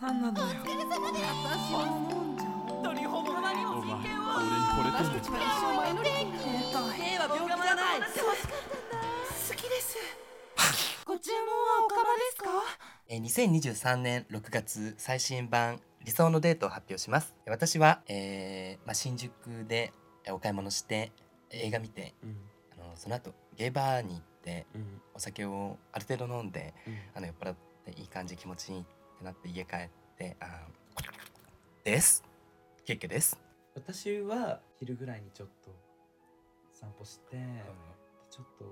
何なのよ私は飲んじゃおう取りほぼまにも人権を俺に惚れて私たちは一生前乗り本当は兵は病気じゃない我慢好きですご注文はおかまですかえー2023年6月最新版理想のデートを発表します私は、えーまあ、新宿でえーお買い物して映画見てうんあのその後ゲイバーに行ってうんお酒をある程度飲んでうんあの酔っ払っていい感じ気持ちいいってなって家帰ってあーです結局です、私は昼ぐらいにちょっと散歩して、ちょっと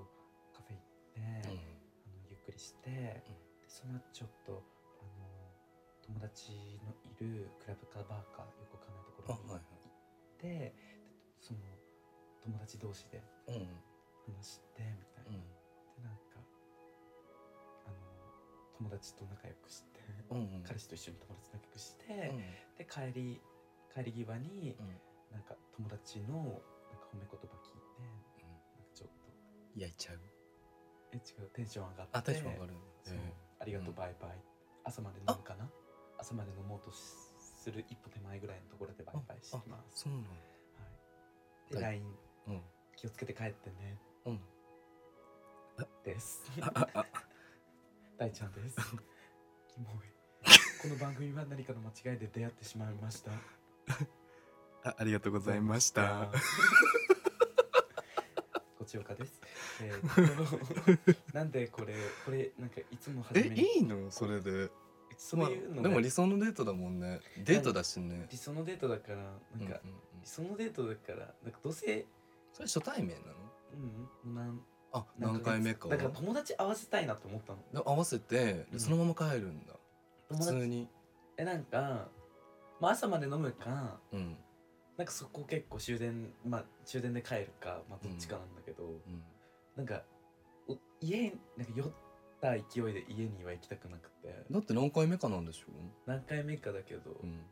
カフェ行っうんて、あのゆっくりして、でその後ちょっとあの友達のいるクラブかバーかよくわかんないところあはいに行って、でその友達同士でうんうん話してみたいな、でなんかあの友達と仲良くして、うんうん彼氏と一緒に友達と仲良くして、うんで帰り帰り際に、うんなんか友達のなんか褒め言葉聞いてなんかちょっと焼いちゃうえ違うテンション上がってあ大丈夫上がる、そうありがとう、うんバイバイ朝まで飲むかな朝まで飲もうとしする一歩手前ぐらいのところでバイバイしてますそうなのはい、ではい LINE うん気をつけて帰ってねうんですあああ 大ちゃんです キモいこの番組は何かの間違いで出会ってしまいましたあありがとうございましあた。 ごちおかです。えーっと なんでこれこれなんかいつも初えめにいいのそれで。そういうのまあね、でも理想のデートだもんね。デートだしね。理想のデートだからなんか、うんうんうん理想のデートだからなんかどうせそれ初対面なの？うんなんあなん何回目か。だから友達合わせたいなと思ったの。で合わせてうんそのまま帰るんだ。友普達通に。えなんかまあ朝まで飲むかうんうんなんかそこ結構終電まあ終電で帰るかまあどっちかなんだけど、なんかお家なんか酔った勢いで家には行きたくなくて。だって何回目かなんでしょ何回目かだけど、う？うん。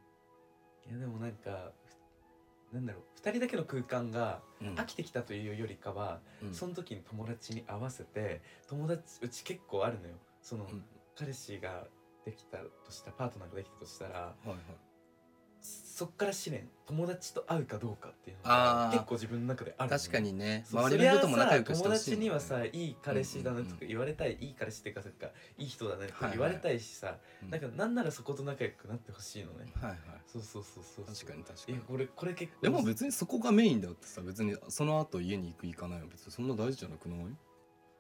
いやでもなんかふなんだろう2人だけの空間がうん飽きてきたというよりかは、うんその時に友達に合わせて友達うち結構あるのよその、うん彼氏ができたとしたパートナーができたとしたらはいはい。そっから試練友達と会うかどうかっていうのあがー結構自分の中であるのよ確かにね。そう周りの人とも仲良くしてそほりゃしいさよ友達ねにはさ、いい彼氏だうんねうんうんとか言われたい、いい彼氏っていうかなんかいい人だねはいとかはい言われたいしさ、うんなんかなんならそこと仲良くなってほしいのね、はいはい。そうそうそうそうそう確かに確かいやに。これこれ結構でも別にそこがメインだってさ別にその後家に行く行かないは別にそんな大事じゃなくない？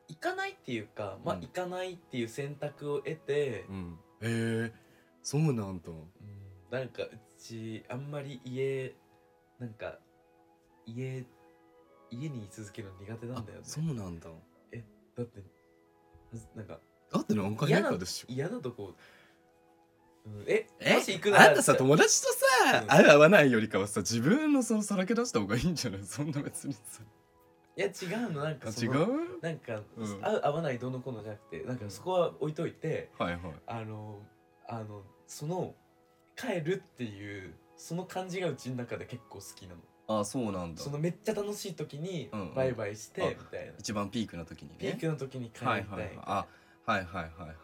行かないっていうかまあうん行かないっていう選択を得て、うん。へえ。そうなんだ。うんなんかうちあんまり家なんか家家に居続けるの苦手なんだよねあそうなんだ。だってなんかだって何回嫌目なかでしょ。嫌なとこ、うん、ええもし行くならあんたさ友達とさ、うん会う会わないよりかはさ自分のそのさらけ出した方がいいんじゃないそんな別にさいや違うのなんあか そ違のうなんか、うん合う合わないどうのこうのじゃなくてなんかそこは置いといて、はいはいあのあのその帰るっていうその感じがうちの中で結構好きなのあそうなんだそのめっちゃ楽しい時にうんうんバイバイしてあみたいな、一番ピークの時にねピークの時に帰りたはいいみたはいはいいな、あはいはいはいはいはい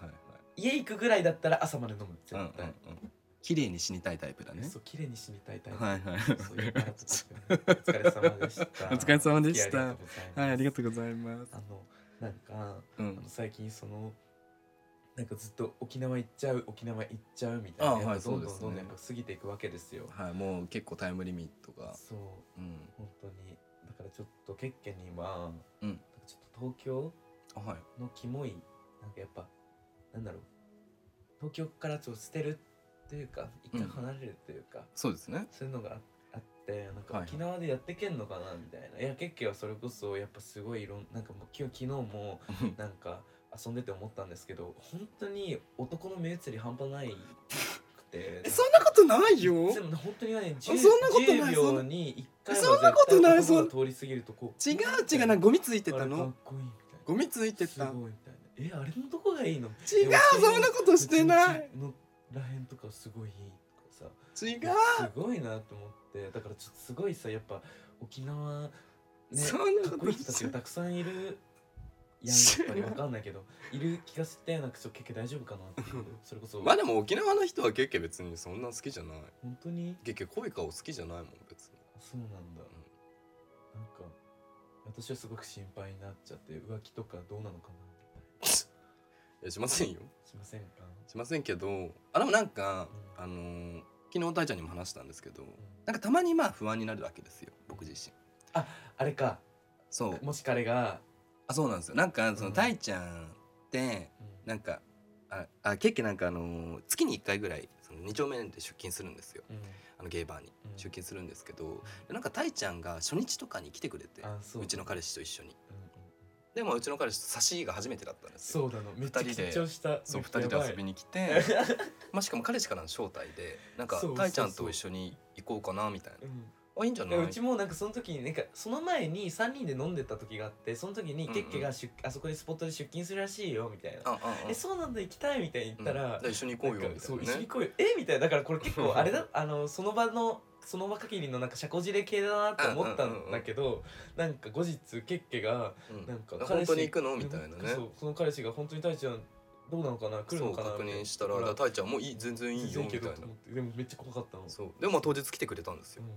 家行くぐらいだったら朝まで飲む絶うん対、うんうん綺麗に死にたいタイプだねそう綺麗に死にたいタイプ、はいはいそういうパートです よねお疲れ様でしたお疲れ様でしたお付き合いはいありがうとうございますございますあのなんかうあのん最近そのなんかずっと沖縄行っちゃう沖縄行っちゃうみたいなあやっぱはいどそうんどですねんどんどんやっぱ過ぎていくわけですよはいもう結構タイムリミットがそううん本当にだからちょっとケッケに今、うんだからちょっと東京あはいのキモいなんかやっぱなんだろう東京からちょっと捨てるというか一回離れるというか、そうですねそういうのがああってなんはいかはい沖縄でやってけんのかなみたいな、いやケッケはそれこそやっぱすごいいろんなんかもう今日昨日もなんか遊んでて思ったんですけど本当に男の目移り半端ないくて えそんなことないよでもね本当にねそん 10, なことないそんな秒に一回はそんなことない絶対男が通り過ぎるとこう違う違うなゴミついてあたれかっのこいいみたいゴミついなてすたごいみたいなえあれのどこがいいの違うそんなことしてなういちのらへんとかすごいいいとか違うさすごいなと思ってだからちょっとすごいさやっぱ沖縄ねそんなことかっこいい人たちがたくさんいるやんやっぱりわかんないけどいる気がしてなんかちょっと結局大丈夫かな っていうそれこそまあでも沖縄の人はケッケ別にそんな好きじゃない本当にケッケ濃い顔好きじゃないもん別にそうなんだ、なんか私はすごく心配になっちゃって浮気とかどうなのかないやしませんよしませんか、しませんけどあでもなんか、うんあのー昨日大ちゃんにも話したんですけどうんなんかたまにまあ不安になるわけですよ僕自身あれかそうもし彼が、あそうなんですよなんかそうのん大ちゃんってうんなんかああケッケなんかあのー月に1回ぐらいその2丁目で出勤するんですようんあのゲイバーにうん出勤するんですけど、なんかたいちゃんが初日とかに来てくれてあそううちの彼氏と一緒にうんうんでもうちの彼氏と差し入れが初めてだったんですよそうなのめっちゃ二人で緊張したそうめ2っちゃ人やばいで遊びに来 てまあしかも彼氏からの招待でなんかそうそうそうたいちゃんと一緒に行こうかなみたいなうんあいいんじゃないえうちもなんかその時になんかその前に3人で飲んでた時があってその時うにんうんケッケが出、あそこでスポットで出勤するらしいよみたいなあああえそうなんだ行きたいみたいに言ったら、うんじゃあ一緒に行こうよなんみかたいそなう一緒にね行こうよえみたいなだからこれ結構あれだあのその場のその場限りのなんか社交辞令系だなって思ったんだけど、なんか後日ケッケがうんなんか本当に行くのみたいなそねうその彼氏が本当に大ちゃんどうなのかな来るそのうかな確認したらみだかいならたいちゃんもいい全然いいよみたいな全然けどと思ってでもめっちゃ怖かったのそうでもまあ当日来てくれたんですようん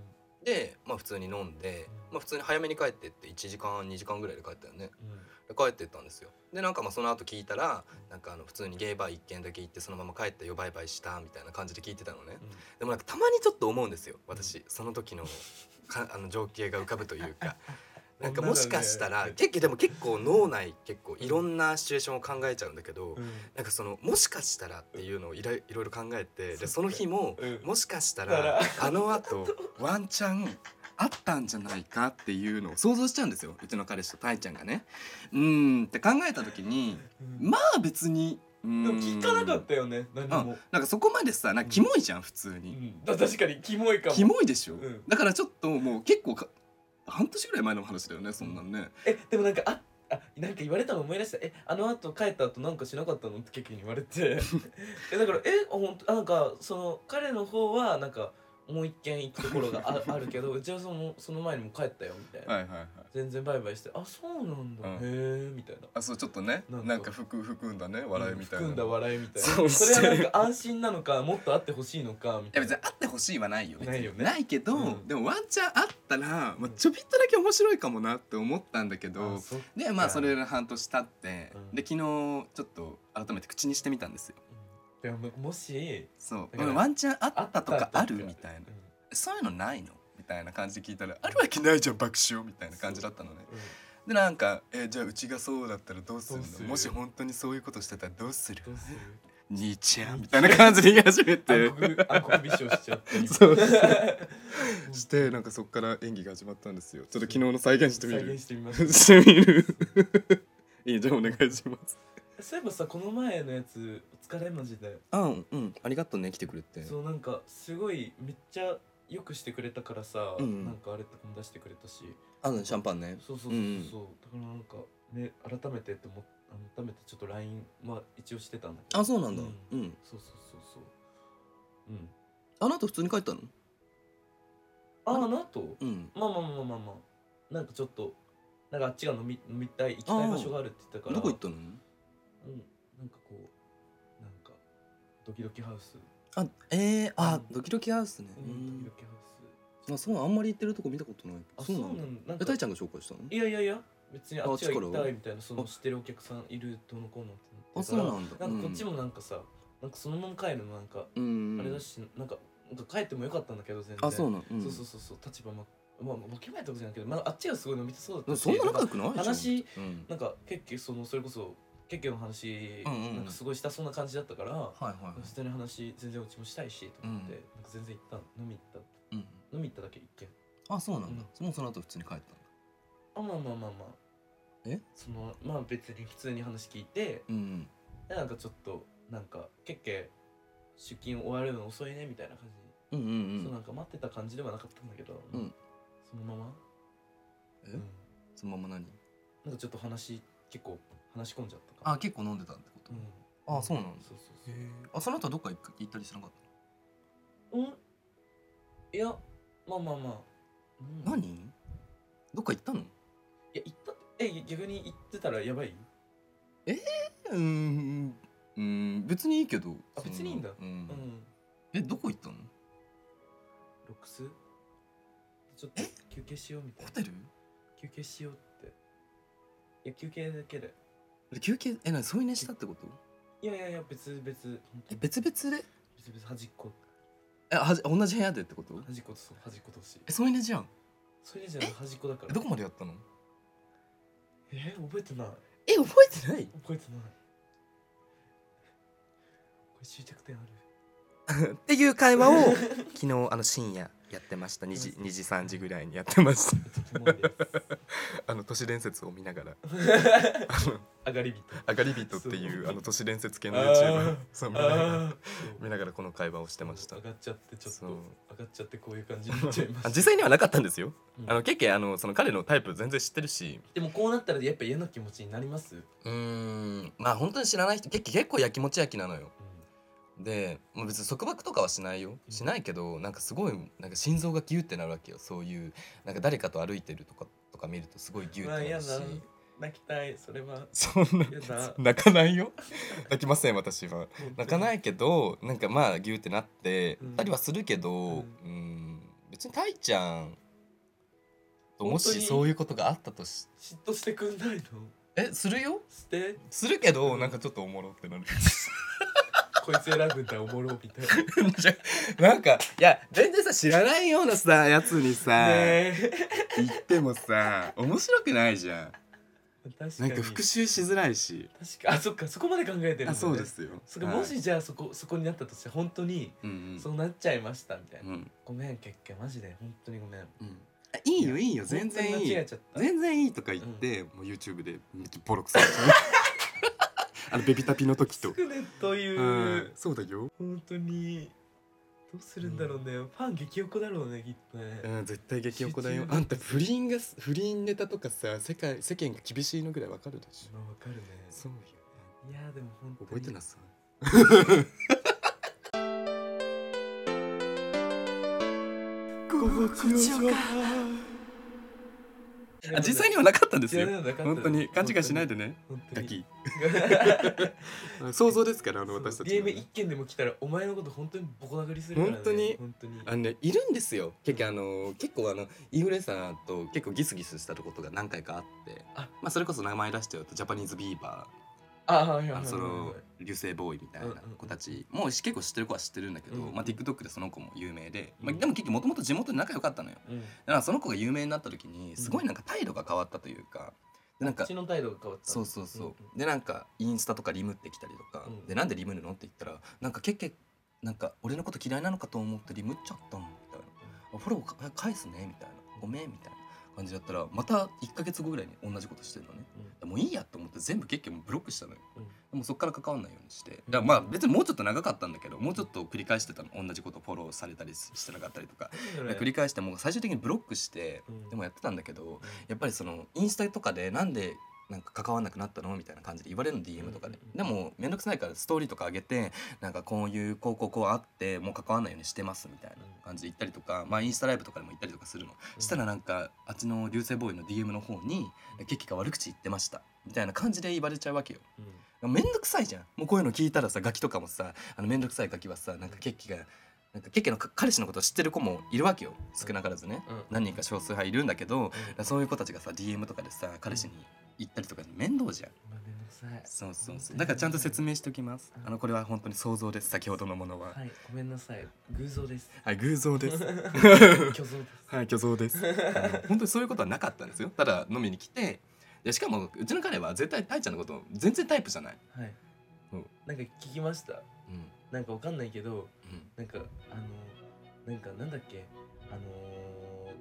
でまあ普通に飲んでうんまあ普通に早めに帰ってって1時間2時間ぐらいで帰ったよねうんで帰ってったんですよでなんかまあその後聞いたらなんかあの普通にゲイバー一軒だけ行ってそのまま帰ったよバイバイしたみたいな感じで聞いてたのねうんでもなんかたまにちょっと思うんですよ私その時のか あの情景が浮かぶという かなんかもしかしたら、女だね結構でも結構脳内結構いろんなシチュエーションを考えちゃうんだけど、うんなんかそのもしかしたらっていうのをいろいろいろ考えてそっかでその日も、うんもしかしただかららあのあとワンチャンあったんじゃないかっていうのを想像しちゃうんですようちの彼氏とたいちゃんがね。うーんって考えた時にうんまあ別にうーんでも聞かなかったよね何も、なんかそこまでさなんかキモいじゃん普通うに。ん、だ確かにキモいかもキモいでしょ、うんだからちょっともう結構か半年ぐらい前の話だよねそんなんね、えでもなんかああなんか言われたの思い出したえあの後帰った後なんかしなかったのって結構言われて えだからえあ本当あなんかその彼の方はなんかもう一軒行くところがあ あるけどうちはそのその前にも帰ったよみたいな、はいはいはい全然バイバイしてあそうなんだ、うんへえみたいなあそうちょっとねなんかなんか含含んだね笑いみたいな、うん含んだ笑いみたいなそうそれはなんか安心なのかもっとあってほしいのかみいたやい別になあってほしいはないよ別にないよねけど、うんでもワンチャンあったら、まあ、ちょびっとだけ面白いかもなって思ったんだけあどそっかでまあそれが半年経って、うんで昨日ちょっと改めて口にしてみたんですよでももしそうだからうんワンチャンあったとかあるとかみたいなうんそういうのないのみたいな感じで聞いたらあるわけないじゃん爆笑みたいな感じだったのねうんでなんか、えーじゃあうちがそうだったらどうするのどうするもし本当にそういうことしてたらどうするどうする兄ちゃんみたいな感じで言い始め て暗黒暗黒美少しちゃって そうしてなんかそっから演技が始まったんですよちょっと昨日の再現してみ再る現してみま すしてみるいいじゃあお願いしますそういえばさこの前のやつお疲れマジであうんうんありがとうね来てくれてそうなんかすごいめっちゃよくしてくれたからさ、うんうんなんかあれとかも出してくれたしあのシャンパンねそうそうそううそう、んうんだからなんかね改めてって思っ改めてちょっと LINE は一応してたんだけどあそうなんだううん、そうそうそうそううんあの後普通に帰ったのああなとうんまあまあまあまあまあなんかちょっとなんかあっちが飲み飲みたい行きたい場所があるって言ったからどこ行ったのうん、なんかこうなんかドキドキハウス、あえー、あうんドキドキハウスねう、うんんドキドキハウスあそうあんまり行ってるとこ見たことないあそうななんだんだなんえかたいちゃんが紹介したのいやいやいや別にあっちが行きあた力いみたいなそのあ知ってるお客さんいるどうのこうのってあそうなんだなんかこっちももなんかさ、なんかそのまま帰るのなんかうんあれだし、なんかなんか帰ってもよかったんだけど全然あそうなんうんそうそうそうそう立場もまあまあ決めたことじゃないけど、まあ、あっちがすごい飲みたそうだっでもたそんな仲な良んかくないじゃん話うんなんか結局そのそれこそ結局の話、うんうんうんなんかすごいしたそうな感じだったから、はいはいはい下の話全然うちもしたいしと思って、うんなんか全然行った飲み行っうんた飲み行っただけ一軒あそうなんだうんそもうその後普通に帰ったんだあまあまあまあまあえそのまあ別に普通に話聞いてうんでなんかちょっとなんか結構出勤終わるの遅いねみたいな感うんうんうじ、そうなんんか待ってた感じではなかったんだけど、うんそのままえうんそのまま何なんかちょっと話結構話し込んじゃったかあら結構飲んでたってこうんとあそうなんだそうそうへそうえあその後どっか行く行ったりしなかっうんいやまあまあまあ、うんた何どっか行ったのいや行ったってえ逆に行ってたらやばいうーんうーん別にいいけどあそ別にいいんだううんんえどこ行ったのロックスちょっと休憩しようみたいホなテル休憩しようっていや休憩だけであれ休憩え何添い寝したってこといやいやいや別別本え当に別々で別々端っこえはじ同じ部屋でってこと端っことそう端っことしえ添い寝じゃんそれじゃない端っこだかえらどこまでやったのえ覚えてないえ覚えてない覚えてないこれ終着点ある っていう会話を昨日あの深夜やってました2時2時3時ぐらいにやってましたとてもです あの都市伝説を見ながら上がり人「あがり人」っていうそうあの都市伝説系のあ YouTuber ーそう見ながらあー見ながらこの会話をしてました上がっちゃってちょっとそう上がっちゃってこういう感じになっちゃいまあした実際にはなかったんですようんあのケケあのその彼のタイプ全然知ってるしでもこうなったらやっぱ嫌な気持ちになります、ううんーんまあ本当に知らない人結構結構やきもち焼きなのよでもう別に束縛とかはしないよしないけどなんかすごいなんか心臓がギュってなるわけよそういうなんか誰かと歩いてるとかとか見るとすごいギュってなうわるしやだ泣きたいそれはそんなやだ泣かないよ泣きません私は 泣かないいけどなんかまあギュってなってうんたりはするけど、ううんん、別にたいちゃんと本当にもしそういうことがあったとし嫉妬してくんないのえするよしてするけどうんなんかちょっとおもろってなる こいつ選ぶんだおもろみたい なねじゃなんかいや全然さ知らないようなさやつにさ、え言ってもさ面白くないじゃん確かなんにか復習しづらいし確かあそっかそこまで考えてるんだねあそうですよそっかはいもしじゃあそこそこになったとして本当にうんうんそうなっちゃいましたみたいな、うんごめん結局マジで本当にごめんうんあいいよいいよ全然いい本当に間違えちゃった全然いいとか言って、もう YouTube でめっちゃボロクソあのベビタピの時すと、ぐねという、うん、そうだよ、本当にどうするんだろうね、ファン激おこだろうねきっとね、うん、絶対激おこだよ集中あんた不倫が不倫ネタとかさ世界世間が厳しいのぐらいわかるでしょまあわかるねそうよいやーでも本当に覚えてなさい心地よかでもあね実際にはなかったんですいやよでもなかった本当に勘違いしないでね本当ガにキそ想う像ですからあの私たちの DM 一件でも来たらお前のこと本当にボコ殴りするからね本当に本当にあのねいるんですよ結構あの結構あのインフルエンサーと結構ギスギスしたことが何回かあってあまあ、それこそ名前出してよとジャパニーズビーバああはいーはあいはいのそのはい流星ボーイみたいなうんうんうん子たちもう結構知ってる子は知ってるんだけど、うんうんまあ、TikTok でその子も有名で、まあ、うんでも結構もともと地元で仲良かったのようんだからその子が有名になった時にすごいなんか態度が変わったというかでなんこかっちの態度が変わったそうそうそう、でなんかインスタとかリムってきたりとか、うんでなんでリムるのって言ったらなんか結構なんか俺のこと嫌いなのかと思ってリムっちゃったのみたいなあフォローか返すねみたいなごめんみたいな感じだったらまた1ヶ月後ぐらいに同じことしてるのねもういいやと思って全部結局ブロックしたのよ、うんでもそっから関わんないようにしてだからまあ別にもうちょっと長かったんだけどもうちょっと繰り返してたの同じことフォローされたりししてなかったりとかうん繰り返してもう最終的にブロックしてうんでもやってたんだけどうんやっぱりそのインスタとかでなんでなんか関わんなくなったのみたいな感じで言われるの DM とかで、うんうんうんでも面倒くさいからストーリーとか上げてなんかこういうこうこうこうあってもう関わんないようにしてますみたいな感じで言ったりとか、まあ、インスタライブとかでも行ったりとかするの、したらなんかあっちの流星ボーイの DM の方に「ケッキが悪口言ってました」みたいな感じで言われちゃうわけよ。うんめんどくさいじゃんもうこういうの聞いたらさガキとかもさあのめんどくさいガキはさなんかケッキがなんかケッキのか彼氏のこと知ってる子もいるわけよ少なからずね、うん何人か少数派いるんだけど、そういう子たちがさ DM とかでさ彼氏に行ったりとか面倒じゃんまあめんどくさいそうそうそうだからちゃんと説明しておきますあのこれは本当に想像です先ほどのものはははいごめんなさい偶像 ですい偶像です 虚像ですはい虚像 です、うん本当にそういうことはなかったんですよただ飲みに来てでしかもうちの彼は絶対タイちゃんのこと全然タイプじゃない、はいうんなんか聞きましたうんなんかわかんないけどなんかあのなんかなんだっけあのー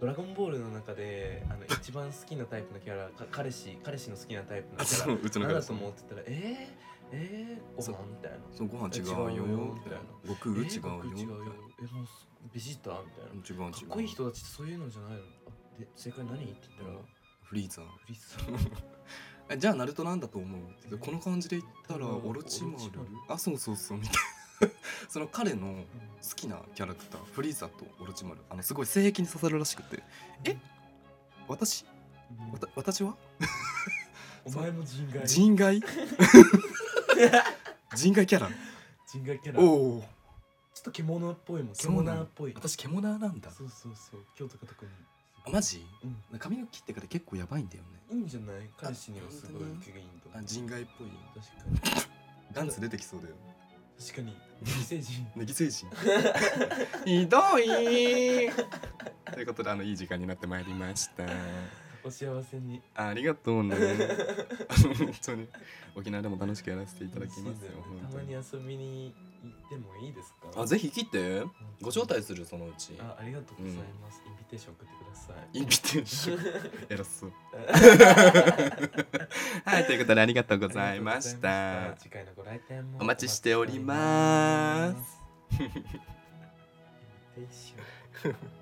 ドラゴンボールの中であの一番好きなタイプのキャラか彼氏彼氏の好きなタイプの あキそううちャのラなん彼だ氏と思うって言ったらえー、えー、そうご飯みたいなそうご飯違うよ違うよみみたいたいなな悟空違うえー僕よ違違ううよえもうすベジータみたいな違う違うかっこいい人たちってそういうのじゃないのあで正解何って言ったらフリーザーフリッサえじゃあナルトなんだと思うでこの感じで言ったら多分オロチマルオロチマルあそうそうそうみたいな その彼の好きなキャラクターフリーザとオロチマルあのすごい性癖に刺さるらしくてえ私わた私はお前も人外人外 人外キャラ人外キャラちょおおっと獣っぽいもんそうなの獣っぽい私獣なんだそうそうそう今日とか特にあマジうん髪の毛切ってから結構やばいんだよねいいんじゃない彼氏にはすごい本当受けがいいと思うあ人外っぽい確かにダンス出てきそうだよ確かに異星人ネギ星人 ひどいということであのいい時間になってまいりましたお幸せにありがとうね あの本当に沖縄でも楽しくやらせていただきますよ嬉しいんだね本た当まにに遊びに行ってもいいですかあぜひ来て本当にご招待するそのうちあありがとうございます、インビテーション送ってくださいインビテーション 偉そう はいということでありがとうございましありがたとうございました次回のご来店もお待ちしておりますお待ちしておりますインビテーション